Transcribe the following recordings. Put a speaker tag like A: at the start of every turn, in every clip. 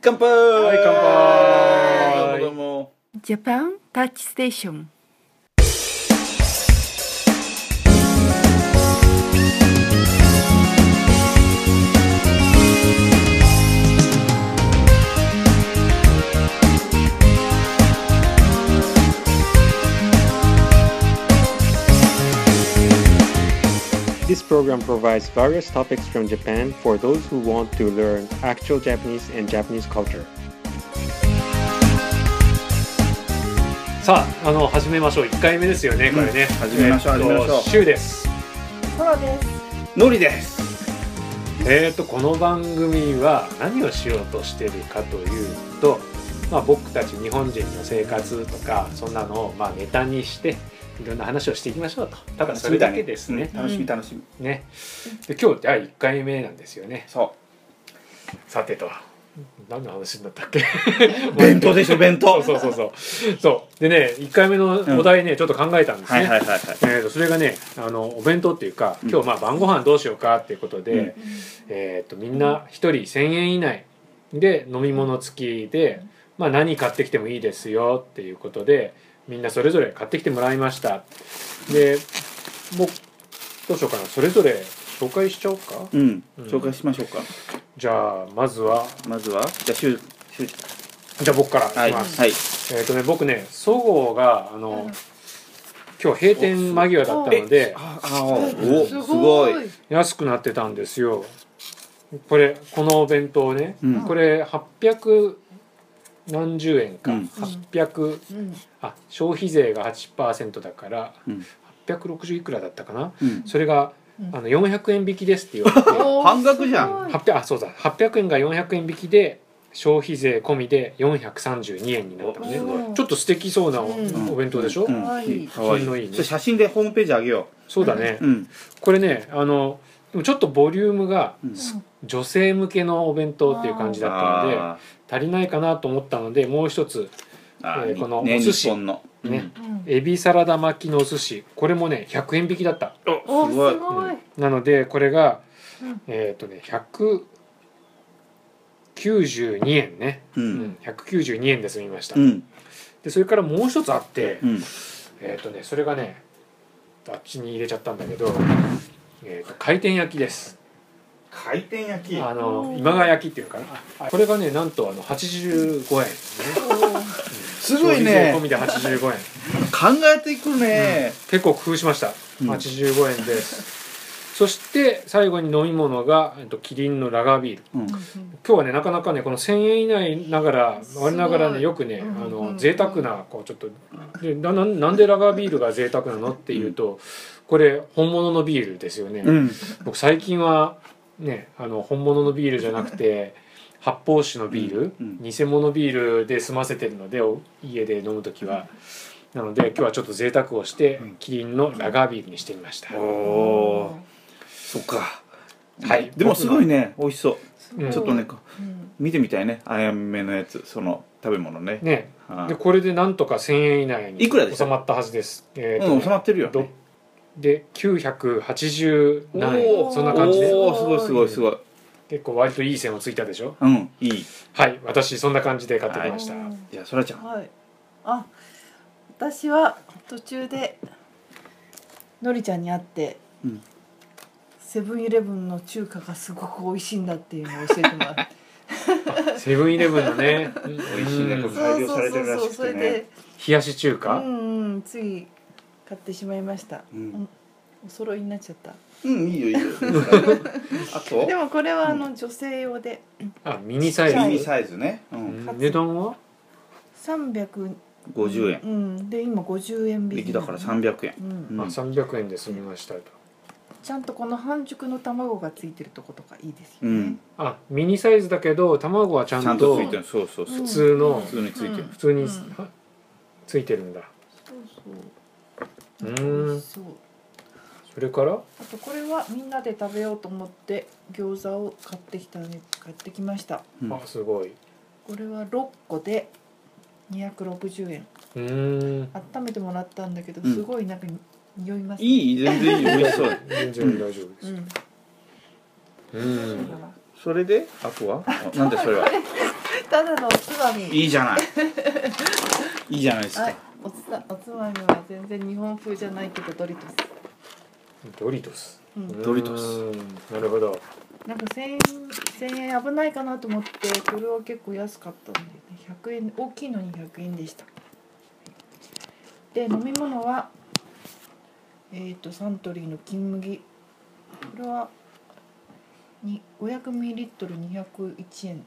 A: 乾杯はい
B: 乾杯
A: どうもどうも
C: ジャパンタッチステーション
B: This program provides various topics from Japan for those who want to learn actual Japanese and Japanese culture. さあ、あの始めましょう。1回目ですよね、これね。
A: うん始めましょう
B: えっと
A: 始めましょう
B: シュウです。
D: ソロです。
A: のりです
B: えっ、とこの番組は何をしようとしてるかというと、まあ僕たち日本人の生活とかそんなのをまあネタにしていろんな話をしていきましょうと。ただそれだけですね
A: うん。楽しみ楽しみ
B: ね。で今日第1回目なんですよね。
A: そ
B: さてと何の話になったっけ
A: う 弁当でしょ弁
B: そ
A: 当
B: うそうそうそうそうでね1回目のお題ね、ちょっと考えたんですね、
A: はいはいはいはい
B: えーとそれがねあのお弁当っていうか
A: うん
B: 今日まあ晩ご飯どうしようかっていうことで、
A: うん
B: えー、とみんな1人1,000円以内で飲み物付きで、まあ、何買ってきてもいいですよっていうことでみんなそれぞれ買ってきてもらいましたでもうどうしようかなそれぞれ紹介しちゃおうか、
A: うん
B: うん
A: 紹介しましょうか
B: じゃあまずは
A: まずはじゃあシュウシュウ
B: じゃあ僕からいきます、
A: はいはい
B: えっ、とね僕ねそごうがあの、
D: うん
B: 今日閉店間際だったので
A: ああおおすごい
B: 安くなってたんですよこれこのお弁当ね、
A: うん
B: これ800何十円か、
A: うん
B: 800
D: うん。
B: あ消費税が8%だから
A: うん
B: 860いくらだったかな
A: うん
B: それが、
D: うん
B: あの400円引きですって言われて
A: 半額じゃん
D: ん。
B: 800あそうだ800円が400円引きで消費税込みで432円になったのね
A: お
D: すごい
B: ちょっと素敵そうなお,、
D: うん
B: お弁当でしょ、
A: うん
D: かわいい
A: かわいい
B: 品のいいね
A: それ写真でホームページあげよ
B: そうだね、
A: ううん
B: これねあのでもちょっとボリュームが
A: うん
B: 女性向けのお弁当っていう感じだったので
A: あ
B: 足りないかなと思ったのでもう一つ
A: ーあ
B: え
A: ー
B: ーこの
A: ね
B: お寿司
A: 日本の
B: ね
D: うん
B: エビサラダ巻きのお寿司これもね100円引きだった
A: お
D: お
A: す
D: す
A: ごい
D: ごい。
B: なのでこれが、
D: うん
B: えっ、とね192円ね、
A: う
B: うんん、192円で済みました、
A: うん
B: でそれからもう一つあって、
A: うん
B: えっ、とねそれがねあっちに入れちゃったんだけど、えー、と回転焼きです
A: 回転焼き
B: あの
D: おー
B: 今川焼きっていうかなこれがねなんとあの85円、ね、
A: すごい
B: 消費
A: ね
B: 税込みで85
A: 考
B: 円
A: えてくるね
B: 結構工夫しました、
A: うん
B: 85円ですそして最後に飲み物が、えっと、キリンのラガービール
A: うん
B: 今日はねなかなかねこの1,000円以内ながら
D: すごい
B: 我ながらねよくね、
D: うん
B: あ
D: う
B: の
D: ん
B: 贅沢なこうちょっとでなななんでラガービールが贅沢なのっていうと、これ本物のビールですよね、
A: うん
B: 僕最近はねあの本物のビールじゃなく て発泡酒のビール、
A: うん
B: 偽物ビールで済ませてるのでお家で飲む時はなので今日はちょっと贅沢をして
A: うん
B: キリンのラガービールにしてみました、
A: おおーそっか
B: はい
A: でもすごいね美味しそう
B: うん
A: ちょっとね。見てみたいねあやめのやつその食べ物ね
B: ね
A: は
B: で
A: い
B: これでなんとか1,000円以内
A: いくらで
B: に
A: した
B: 収まったはずですえーと
A: うん収まってるよ
B: どで980何円
A: ー
B: そんな感じで
A: おおすごいすごいすごい
B: 結構割といい線をついたでしょ
A: うんいい
B: はい私そんな感じで買ってきました、
A: じゃあそらちゃん
D: はい。あ、私は途中でのりちゃんに会って
A: うん。
D: セブンイレブンの中華がすごく美味しいんだっていうのを教えてもらって。
B: セブンイレブンのね美
A: 美味しいねこれ 改良されてるらしくてね
D: それで、
B: 冷やし中
D: う
B: 華、
D: んうん、つい買ってしまいました。
A: うん
D: お揃いになっちゃった。
A: うんいいよいい よあと
D: でもこれはあの女性用で
B: あミニサイズ
A: ミニサイズねうん
B: うん値段は
D: 三百
A: 50円
D: うん、で今50円
A: 引
D: 引
A: き
D: き
A: だ
D: な
A: から
D: の
A: 300円
D: うん、
A: うん
B: あ300円で済みましたと、
D: ちゃんとこの半熟の卵がついてるとことかいいです
A: う
D: よね
A: ん、
B: あミニサイズだけど卵はちゃ
A: ちゃ
B: ん
A: んと
B: と
A: ついてるそうそうそう
B: 普通の
A: 普通についてる
D: うん
B: 普通に、
D: うん
B: はついてるんだう
D: そうそう
B: ーん
D: そう
B: それから
D: あとこれはみんなで食べようと思って餃子を買ってきたね買ってきました
A: うん
B: あすごい
D: これは6個で260円
B: うーん
D: 温めてもらったんだけど
A: うん
D: すごいなんかに匂いますね
A: いい全然いいよ美味しそう
B: 全然大丈夫で
D: う
B: す
D: ん
B: う
D: そうんだな
A: それであとはあなんでそれは
D: 食ただのおつまみ
A: いいじゃないいいじゃないですか、
D: はいおつたおつまみは全然日本風じゃないけどドリトス
B: ドリトス、
D: うん
A: ドリトス
B: うーんなるほど
D: なんか1000 1000円危ないかなと思ってこれは結構安かったんで、ね、100円大きいのに100円でしたで飲み物はえっ、とサントリーの金麦これはに 500ml201 円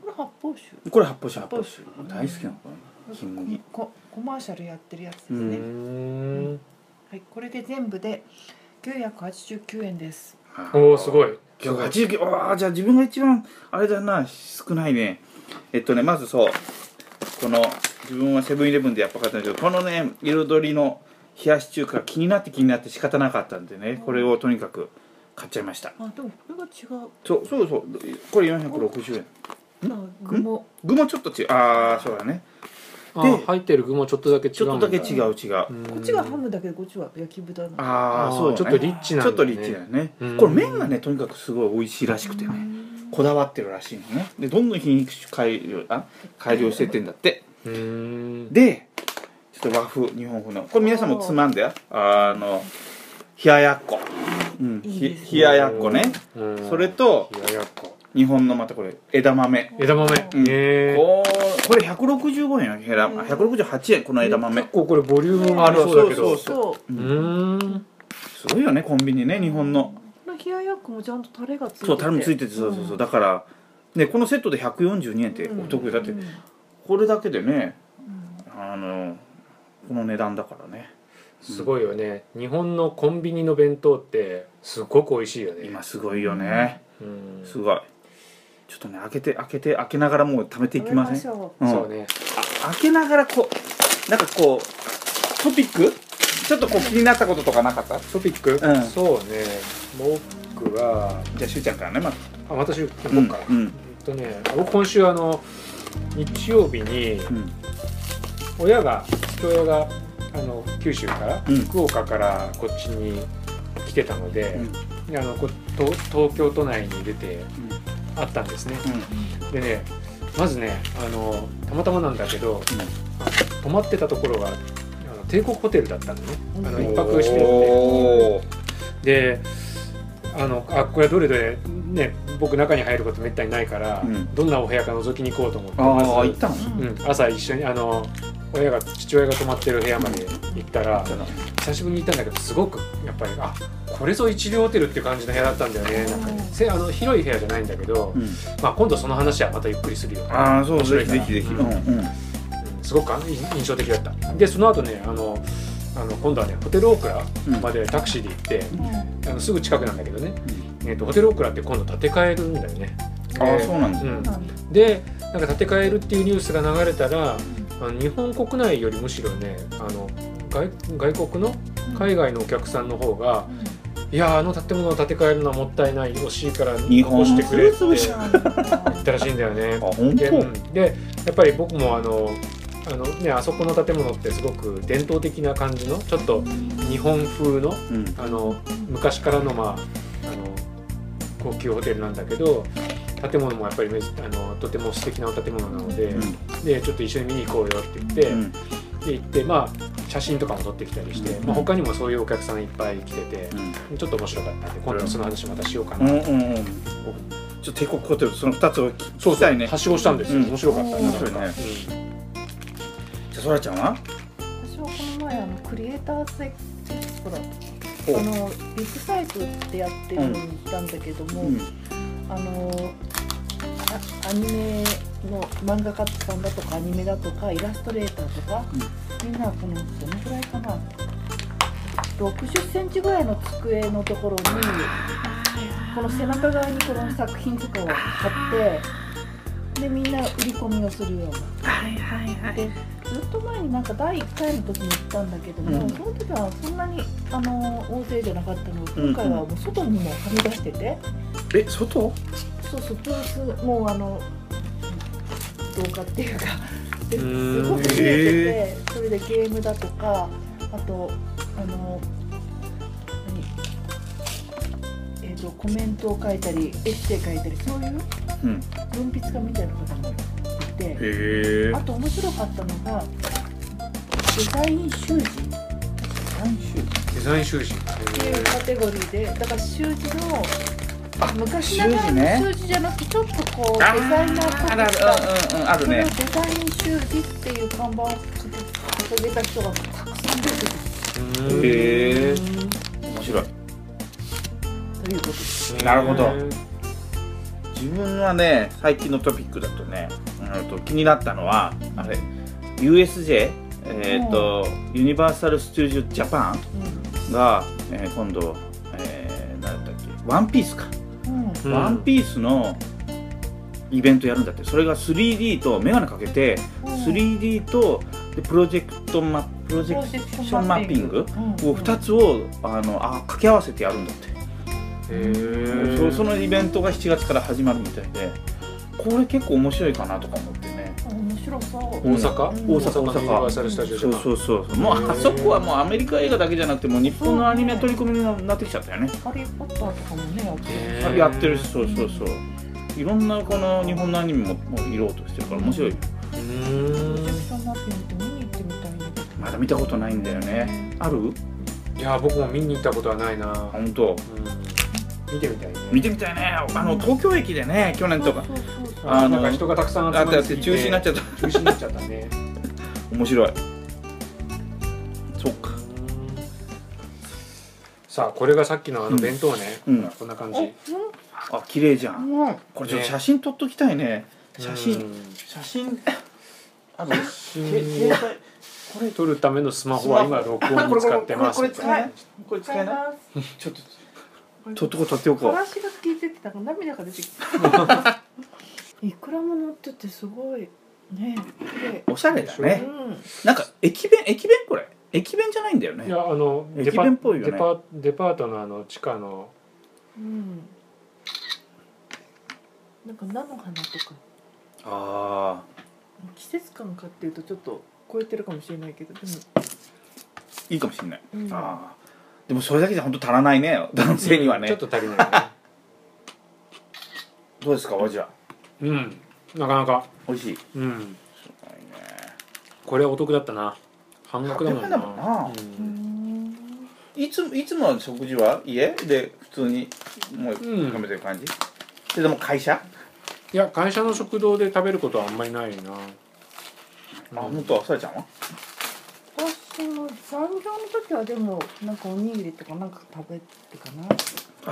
D: これ発泡酒
A: これ発泡酒発
D: 発泡
A: 泡
D: 酒
A: 酒大好きなのこれ金麦
D: ココマーシャルやってるやつです
A: う
B: う
D: ね、
B: ーん
D: はい、これで全部で989円です
B: おおすごい
A: 今日89ああじゃあ自分が一番あれだな少ないねえっとねまずそうこの自分はセブンイレブンでやっぱ買ったんだけどこのね彩りの冷やし中華気になって気になって仕方なかったんでねこれをとにかく買っちゃいました
D: あでもこれは違う
A: そうそうそうこれ460円
D: あ具も
A: 具もちょっと違うああそうだね
B: あ
A: で
B: 入ってる具もちょっとだけ違
A: ちょ
B: う
A: っ
B: ん
A: と
B: だ
A: だけ違う違う
B: うん
D: こっちがハムだけどこっちは焼き豚なの
A: ああそう、ね、
B: ちょっとリッチな
A: ち
B: ん
A: ょ
B: だね
A: っとリッチだよね
B: うん
A: これ麺がねとにかくすごい美味しいらしくて
D: う
A: ね
D: ん
A: こだわってるらしいのねでどんどん品種改良あ改良してってんだって
B: うーん
A: でちょっと和風日本風のこれ皆さんもつまんであの冷ややっこ、うん、
D: いい
A: ひ
D: ですね
A: 冷ややっこね
B: うん
A: それと
B: 冷ややっこ
A: 日本のまたこれ枝豆
B: 枝豆
A: うん
B: へー
A: こうこれ165円や枝168円この枝豆
B: 結構これボリュームがありそうだけ
A: そう
B: ど
A: う
D: そう
B: ーん
A: すごいよねコンビニね日本の
D: この冷ややっこもちゃんとタレがついてて
A: そうタレもついててそうそうそうだからねこのセットで142円ってお得よだって
D: うん
A: これだけでねあのこの値段だからね
B: すごいよね日本のコンビニの弁当ってすごく美味しいよね
A: 今すごいよね
B: うん
A: すごいちょっとね開けて開けて開けながらもう食べていきません
D: 食べしょ
A: うん
B: そうね
A: あ開けながらこうなんかこうトピックちょっとこう気になったこととかなかった
B: トピック、
A: うん
B: そうね僕は
A: じゃあしゅうちゃんからねまず
B: あ私僕から、
A: う
B: えっ
A: ん
B: とね僕今週あの日曜日に
A: うん
B: 親が父親があの九州から、
A: うん
B: 福岡からこっちに来てたので,で、
A: うん
B: あのこ東東京都内に出てあったんですねでねまずねあのたまたまなんだけどあの泊まってたところがあの帝国ホテルだったのねあの
A: うん
B: 一泊してて
A: おー
B: であのあこれはどれどれね僕中に入ることめったにないから、
A: うん
B: どんなお部屋か覗きに行こうと思ってまず
A: ああ行ったの
B: うん、朝一緒にあの親が父親が泊まってる部屋まで行ったら、久しぶりに行ったんだけどすごくやっぱりあこれぞ一流ホテルっていう感じの部屋だったんだよねなんかねせあの広い部屋じゃないんだけど、
A: うん
B: まあ、今度その話はまたゆっくりするよ、
A: ああそう
B: 面白
A: ぜ
B: い
A: ひ
B: から
A: ぜひぜひ
B: う
A: うんんうん
B: うんすごくあのい印象的だったでその後ねあのあの今度はねホテルオークラまでタクシーで行って、あのすぐ近くなんだけどね、えー、とホテルオークラって今度建て替えるんだよね
A: ああ
B: で
A: そうなんだ
B: うん
D: そうなんだ
B: でなんか建て替えるっていうニュースが流れたらあの日本国内よりむしろねあの外外国の海外のお客さんの方が
D: う
B: 「
D: ん
B: いやーあの建物を建て替えるのはもったいない惜しいから
A: 日本
B: 残してくれ」って
A: 潰
B: 言
A: す
B: っ
D: そうなんだ
B: たらしいんだよね
A: あ。本
B: で
A: 当
B: うんでやっぱり僕もあのあの、ね、あそこの建物ってすごく伝統的な感じのちょっと日本風の
A: うん
B: あの昔からの,、まあ、あの高級ホテルなんだけど建物もやっぱりめずあのとても素敵なお建物なので,、でちょっと一緒に見に行こうよって言って、
A: うん
B: で行って、まあ、写真とかも撮ってきたりして、
A: うん
B: まあ、他にもそういうお客さんいっぱい来てて、ちょっと面白かったんで今度その話またしようか
A: う
B: な、
A: んうんうんちょっと帝国ホテルその二つを聞
B: そう
A: き
B: そ
A: た
B: う、
A: いね
B: はしごしたんですよ、
A: うん
B: 面白かったな
D: 面
B: なん
A: 白い
B: か、
A: ねじゃあそらちゃんは
D: 私はこの前あのクリエイターズほら
A: ほう
D: あのビッグサイトってやってるのに行ったんだけども、
A: うん
D: あのあアニメの漫画家さんだとかアニメだとかイラストレーターとか、みんなこのどのぐらいかな60センチぐらいの机のところにこの背中側にこの作品とかを貼ってでみんな売り込みをするような。
C: はいはいは
D: でずっと前になんか第1回の時に行ったんだけども、
A: うん
D: その時はそんなにあの大勢じゃなかったので
A: うんうん
D: 今回はもう外にもはみ出してて、
A: え外
D: そうそうブースもうあの動画っていうかで
B: う
D: す
B: ーん
D: ごく増えててそれでゲームだとかあとあの何えっ、とコメントを書いたりエッセイ書いたりそういう
A: うん
D: 文筆家みたいな方も
A: へ
D: て
A: え
D: あと面白かったのがデザイン習字
A: 三種
B: デザイン習字
D: っていうカテゴリーでだから習字の昔ながら
A: 習字ね
D: の習字じゃなくてちょっとこうデ
A: あ
D: ザイナーっぽ
A: ーあ
D: くした
A: るうんうんうんあ
D: そ
A: る
D: のデ
A: ね
D: ザイン習字っていう看板を掲げた人がたくさん出てく
B: うん
A: へえ
D: る
A: 面白い
D: ということです
A: なるほど自分はね最近のトピックだとねあのと気になったのはあれ USJ えっ、とユニバーサル・スチュージオ・ジャパンが、えー今度、えー、何だったっけワンピースか、
D: うんうん
B: うん
A: ワンピースのイベントやるんだってそれが 3D とメガネかけて 3D とでプロジェクトマプロジ
D: プ
A: ェ
D: ロ
A: ク
D: ジェク
A: シ
D: シ
A: ョ
D: ョ
A: ン
D: ン
A: マ
D: マ
A: ッ
D: ッ
A: ピ
D: ピ
A: ン
D: ン
A: グ
D: グ
A: を2つをあのあ掛け合わせてやるんだって
B: へえ
A: そうそのイベントが7月から始まるみたいでこれ結構面白いかなとか思ってね
D: 面白そう
B: 大阪
D: うん
A: 大阪
B: の
A: 大阪
B: ユニバーサル・スタジオ・ジ
A: そ
B: ャ
A: う
B: パン
A: そうそうそうも
B: へ
A: う
B: ー
A: あそこはもうアメリカ映画だけじゃなくてもう日本のアニメ取り込みになってきちゃったよね
D: ハリー・ポッターとかもねやってる
B: へー
A: やってるしそうそうそういろんなこの日本のアニメももういろうとしてるから面白いよ
D: プロジェク
B: う
D: ションマッピングって見に行ってみたいんだけど
A: まだ見たことないんだよねある
B: んいや僕も見に行ったことはないな、
A: あ本当
B: うん、見てみたいね
A: 見てみたいねあの東京駅でね去年とか
D: そうそうそう
B: あ
A: あの
B: ーなんか人がたくさん集
A: あっ
B: ま
A: てあ
B: り
A: っ
B: す
A: て
B: ぎて
A: 中止になっちゃった
B: 中止になっちゃったね
A: 面白いそっか
B: さあこれがさっきのあの弁当ね、
A: うんうん
B: こんな感じ、
D: お
A: あ綺麗じゃん
D: うんうん
A: これちょっと
B: ね
A: 写真撮っときたいね写
B: う
A: 真
B: ん
A: 写真あの
B: 写
A: け
B: 真を
A: 携帯これ
B: 撮るためのスマホは今録音に使ってます
A: これこれこれこれ使えないこれ使えない
D: い
A: ちょっとちょっとこ撮っておこう
D: 話が聞いててなんか涙が出てきたいくらも乗っててすごいねえ
A: おしゃれだ
D: 綺麗
A: ねなんか駅弁駅弁これ駅弁じゃないんだよ
B: い
A: ね
B: やあのデ
A: 駅
B: パ
A: 弁っぽいよね
B: デパデパートのあの地下の
D: うん、うん、なんか菜の花とか
A: ああ
D: 季節感かっていうとちょっと超えてるかもしれないけどでも
A: いいかもしれない、
D: うん
A: ああでもそれだけじゃ本当足らないね男性にはね、
B: ちょっと足りないね
A: どうですかお味は
B: うんなかなか
A: 美味しい
B: うん
A: すごいね
B: これはお得だったな半額だもんな
A: 半額だもんな
B: うん
A: いついつもは食事は家で普通にもう
B: うん
A: 食べてる感じ、ででも会社、
B: いや会社の食堂で食べることはあんまりないな
A: あ
B: うん
A: 本当さやちゃんは
D: 私も残業の時はでもなんかおにぎりとかなんか食べてか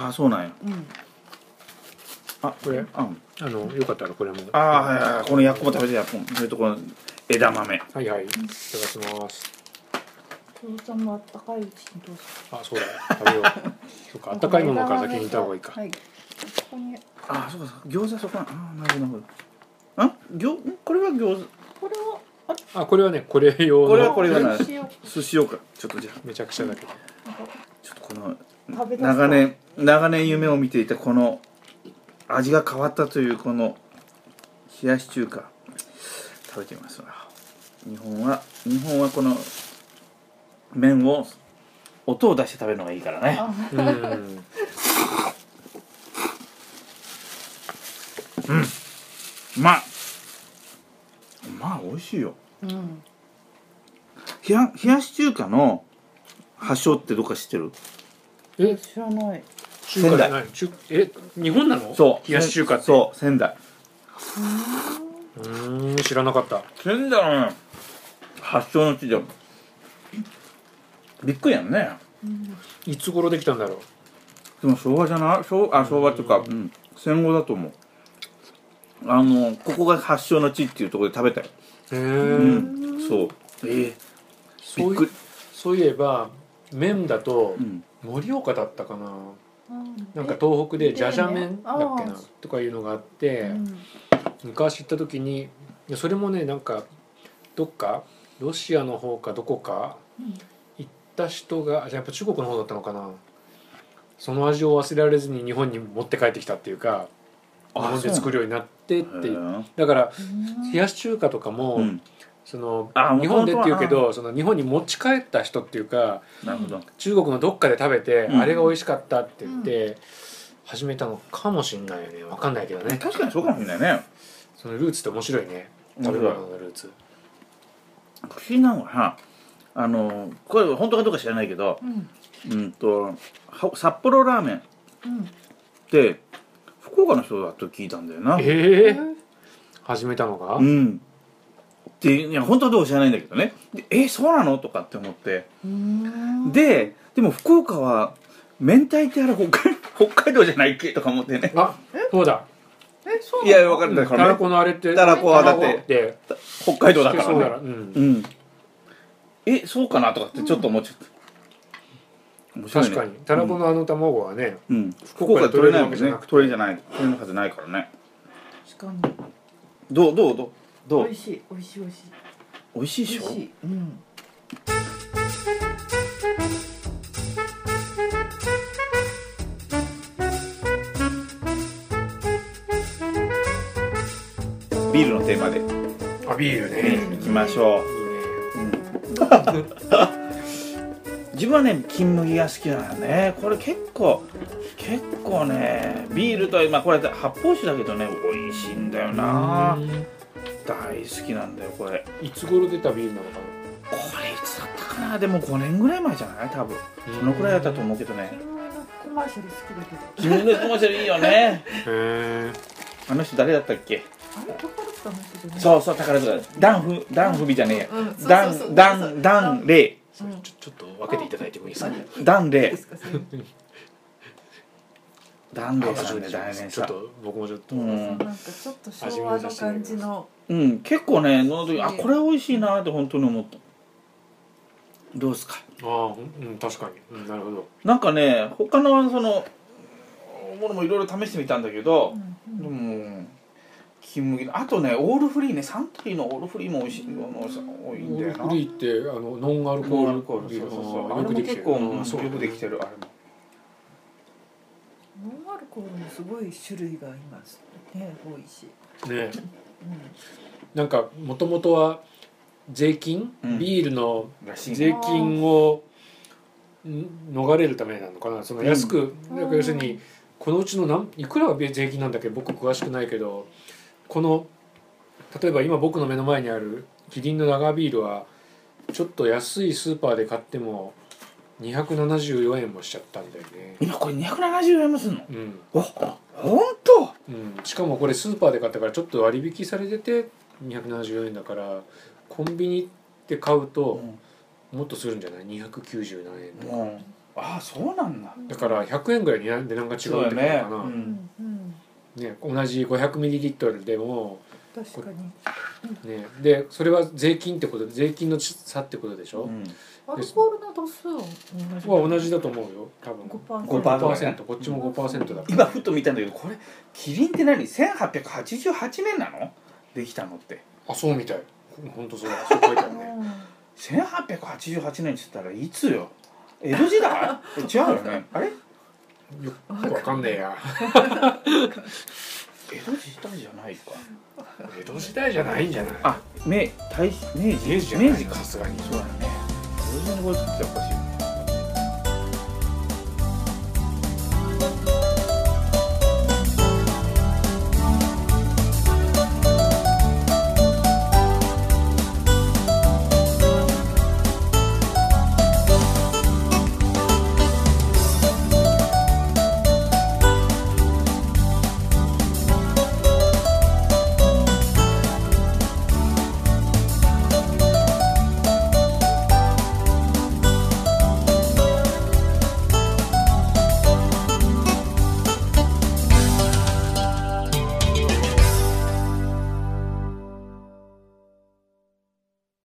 D: な
A: あそうなんや
D: うん
A: あこれあ
B: あのよかったらこれも
A: あーはいはいはいこのヤッコも食べてヤッコもそれとこの枝豆
B: はいはいいただきます
D: 父さんもあったかいうちにどうぞ
B: あそうだ食 べようそうかあったかいものから先にいった方がいいか
D: はいここに
A: あそうかそうか餃子そこなあーなるほどなるほどあ餃んこれは餃子
D: これを
B: あこれはねこれ用
A: これは
B: の
A: これがない
D: 美味しいよ
A: 寿司用かちょっとじゃあ
B: めちゃくちゃだけど
A: ちょっとこの
D: 食べ出すと
A: 長年長年夢を見ていたこの味が変わったというこの冷やし中華食べてみますわ日本は日本はこの麺を音を出して食べるのがいいからね
D: あ
B: うん
A: うまいうまい美味しいよ
D: うん
A: 冷や冷やし中華の発祥ってどっか知ってる
B: え
D: 知らない
B: 中華じゃない中え日本なの
A: そう
B: 冷やし中華って
A: そう仙台
B: うーん知らなかった
A: 仙台のね発祥の地でびっくりやんね
B: いつ頃できたんだろ
A: でも昭和じゃない昭あ昭和っていうか、うん、戦後だと思うあのここが発祥の地っていうところで食べたよ
B: うへえ、
A: うんそうええ
B: そう
A: びっく
B: い
A: り
B: そういえば麺だと
A: うん
B: 盛岡だったかな
D: うん
B: なんか東北でじゃじゃ
D: いいよ
B: 麺
D: ね
B: だっけな
D: あ
B: とかいうのがあって、
D: うん
B: 昔行った時にいやそれもねなんかどっかロシアの方かどこか
D: うん
B: 行った人があじゃあやっぱ中国の方だったのかなその味を忘れられずに日本に持って帰ってきたっていうか日
A: あ
B: 本で作るようになってっていう
A: へ
B: だから
D: うん
B: 冷やし中華とかも、
A: えうん
B: その
A: あ
B: 日本でっていうけどその日本に持ち帰った人っていうか
A: なるほど
B: 中国のどっかで食べて、
A: うん
B: あれが美味しかったって言って始めたのかもしんないよねわかんないけどね
A: 確かにそうかもしれないね
B: そのルーツって面白いね
A: なるほど
B: トルコのルーツ
A: 不思議なのがなあのこれ本当かどうか知らないけど
D: うん
A: うんとは札幌ラーメンっ
D: うん
A: て福岡の人だと聞いたんだよな
B: ええ始めたのが、
A: うんっていや本当はどうか知らないんだけどねでえそうなのとかって思って
D: うん
A: ででも福岡は明太ってあれ北海 北海道じゃないっけとか思ってね
B: あそうだ
D: えそう
A: い
D: なの
A: や分かるんだか
B: た
A: ら
B: ら
A: ね
B: このあれって
A: たらこはだって
B: たらこて
A: 北海道だか
B: そう
A: ら
B: だ
A: ね
B: らうん
A: うんえそうかなとかってちょっと思っちゃった、面白いね
B: 確かにたらこのあの卵はね、
A: うん、福
B: 福
A: 岡で
B: 岡で
A: 取
B: 取
A: れ
B: れ
A: な
B: ないい
A: もん
B: わけ
A: ね
B: じゃなくて
A: 取れじゃない取れるはずないからね
D: 確かに
A: どうどうどうど
D: 美
A: う
D: 味しい美味しい美味しい
A: 美味しいで
D: 美
A: し
D: 味
A: ょ
D: しいうん
A: ビールのテーマで
B: あビールね、いいね
A: いきましょう、自分はね金麦が好きなんだねこれ結構結構ねビールとまあこれ発泡酒だけどね美味しいんだよな大好きなんだよこれ
B: いつ頃出たビールなのか
A: これいつだったかなでも5年ぐらい前じゃない多分
B: な
A: そのくらいだったと思うけどね
D: 金麦のコマーシャル好きだけど
A: 金麦のコマーシャルいいよね
B: へ
A: あの人誰だったっけ
D: あれどこだったの人じゃない
A: そうそう宝塚ダンフダンフビじゃねえや
D: うんそうそうそう
A: ダンダンダンレイ
B: え、ちょちょっと分けていただいてもいいですかね
A: ダン
D: で
A: レ
D: すかそれ
A: イダンレイさんね大年
B: ちょっ
A: さ
B: と僕もちょっと、
A: うん
D: なんかちょっと昭和の感じの
A: うん結構ね飲んだ時あこれ美味しいなって本当に思ったどうですか
B: ああうん確かに、うん、なるほど
A: なんかね他のそのものもいろいろ試してみたんだけど、でも金麦のあとねオールフリーねサントリーのオールフリーも美味しいもの多いんだよな
B: フリーってあのノンアルコ
A: ノ
B: ー
A: ンア
B: ル
A: ルコールそうそうそうあれ
B: あーよ
A: も
B: くできて
A: 結
B: る
A: 構
B: あーそう
A: よくできてるあれも
D: ノンアルコールもすごい種類がいますね多いし、
B: ね
D: う
B: なんかもともとは税金、
A: うん
B: ビールの
A: らしいね
B: 税金をん逃れるためなのかなその安く、
D: うん
B: なんか要するにこのうちのなんいくらが税金なんだっけ僕詳しくないけどこの例えば今僕の目の前にあるキリンの長ビールはちょっと安いスーパーで買っても274円もしちゃったんだよね。
A: 今これ270円もすんの
B: うん
A: お本当
B: うん、しかもこれスーパーで買ったからちょっと割引されてて274円だからコンビニで買うともっとするんじゃない290何円とか、
A: うんああそうなんだ
B: だから100円ぐらい値段が違うってこと
A: そ
B: かな、
A: うだねうん
D: んうん、
B: ね、同じ 500ml でも、
D: 確かに
B: ね、でそれは税金ってことで税金の差ってことでしょ、
D: アルコールの度数は
B: は同
D: 同じ
B: じだと思うよ多分
D: 5%
A: 5%
B: 5%こっちも5%だから
A: 今ふっと見たんだけどこれキリンって何1888年なのできたのって
B: あそうみたい本当そうだそう書いてあるね
A: 1888年って言ったらいつよ江戸時 代え違うよねあれ
B: よくわかんねえや
A: 江戸時代じゃないか
B: 江戸時代じゃないんじゃない
A: あ明大明治
B: 明治じゃない
A: か
B: さすがに
A: そうだね江戸時代のこれちょっとやっぱし